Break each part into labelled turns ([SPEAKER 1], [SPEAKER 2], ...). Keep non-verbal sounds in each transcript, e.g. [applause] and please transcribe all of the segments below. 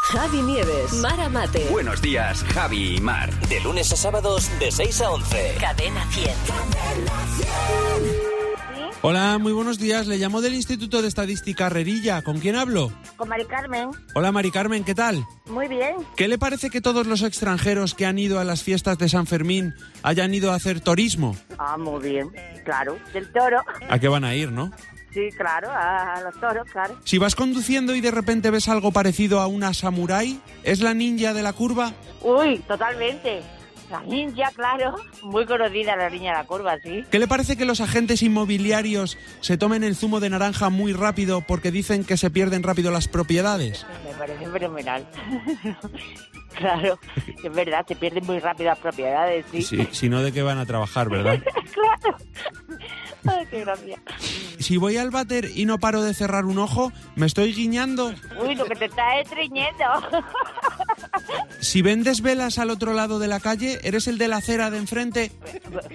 [SPEAKER 1] Javi Nieves, Mara Mate,
[SPEAKER 2] Buenos días, Javi y Mar.
[SPEAKER 3] De lunes a sábados de 6 a 11.
[SPEAKER 1] Cadena 100.
[SPEAKER 4] Hola, muy buenos días. Le llamo del Instituto de Estadística Herrerilla. ¿Con quién hablo?
[SPEAKER 5] Con Mari Carmen,
[SPEAKER 4] Hola, Mari Carmen, ¿qué tal?
[SPEAKER 5] muy bien.
[SPEAKER 4] ¿Qué le parece que todos los extranjeros que han ido a las fiestas de San Fermín hayan ido a hacer turismo?
[SPEAKER 5] Ah, muy bien, claro. Del toro,
[SPEAKER 4] ¿A qué van a ir, no?
[SPEAKER 5] sí, claro, a, a los toros, claro.
[SPEAKER 4] Si vas conduciendo y de repente ves algo parecido a una samurái, ¿es la ninja de la curva?
[SPEAKER 5] Uy, totalmente. La ninja, claro. Muy conocida la niña de la curva, sí.
[SPEAKER 4] ¿Qué le parece que los agentes inmobiliarios se tomen el zumo de naranja muy rápido porque dicen que se pierden rápido las propiedades?
[SPEAKER 5] Me parece fenomenal. [laughs] claro, es verdad, se pierden muy rápido las propiedades, sí.
[SPEAKER 4] si no, ¿de qué van a trabajar, verdad?
[SPEAKER 5] claro. [laughs] Ay, qué gracia.
[SPEAKER 4] Si voy al váter y no paro de cerrar un ojo, me estoy guiñando.
[SPEAKER 5] Uy, lo que te está estreñendo. [laughs]
[SPEAKER 4] Si vendes velas al otro lado de la calle, eres el de la acera de enfrente.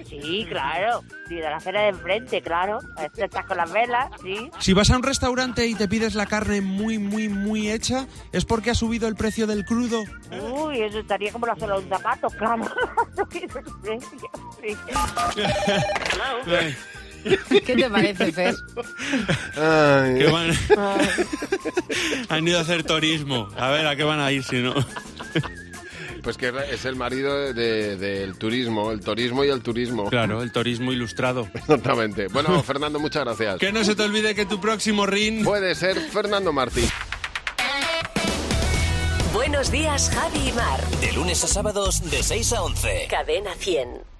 [SPEAKER 5] sí, claro. Sí, de la acera de enfrente, claro. este Estás con las velas, sí.
[SPEAKER 4] Si vas a un restaurante y te pides la carne muy, muy, muy hecha, es porque ha subido el precio del crudo.
[SPEAKER 5] Uy, eso estaría como la suela de un zapato, claro. [laughs] Sí.
[SPEAKER 6] ¿Qué te parece, Fer?
[SPEAKER 4] ¿Qué van? [laughs] Han ido a hacer turismo. A ver, ¿a qué van a ir si no?
[SPEAKER 7] Pues que es el marido de- del turismo, el turismo y el turismo.
[SPEAKER 4] Claro, el turismo ilustrado.
[SPEAKER 7] Exactamente. Bueno, Fernando, muchas gracias.
[SPEAKER 4] Que no se te olvide que tu próximo ring...
[SPEAKER 7] Puede ser Fernando Martín.
[SPEAKER 1] Buenos días, Javi y Mar.
[SPEAKER 3] De lunes a sábados de 6 a 11.
[SPEAKER 1] Cadena 100.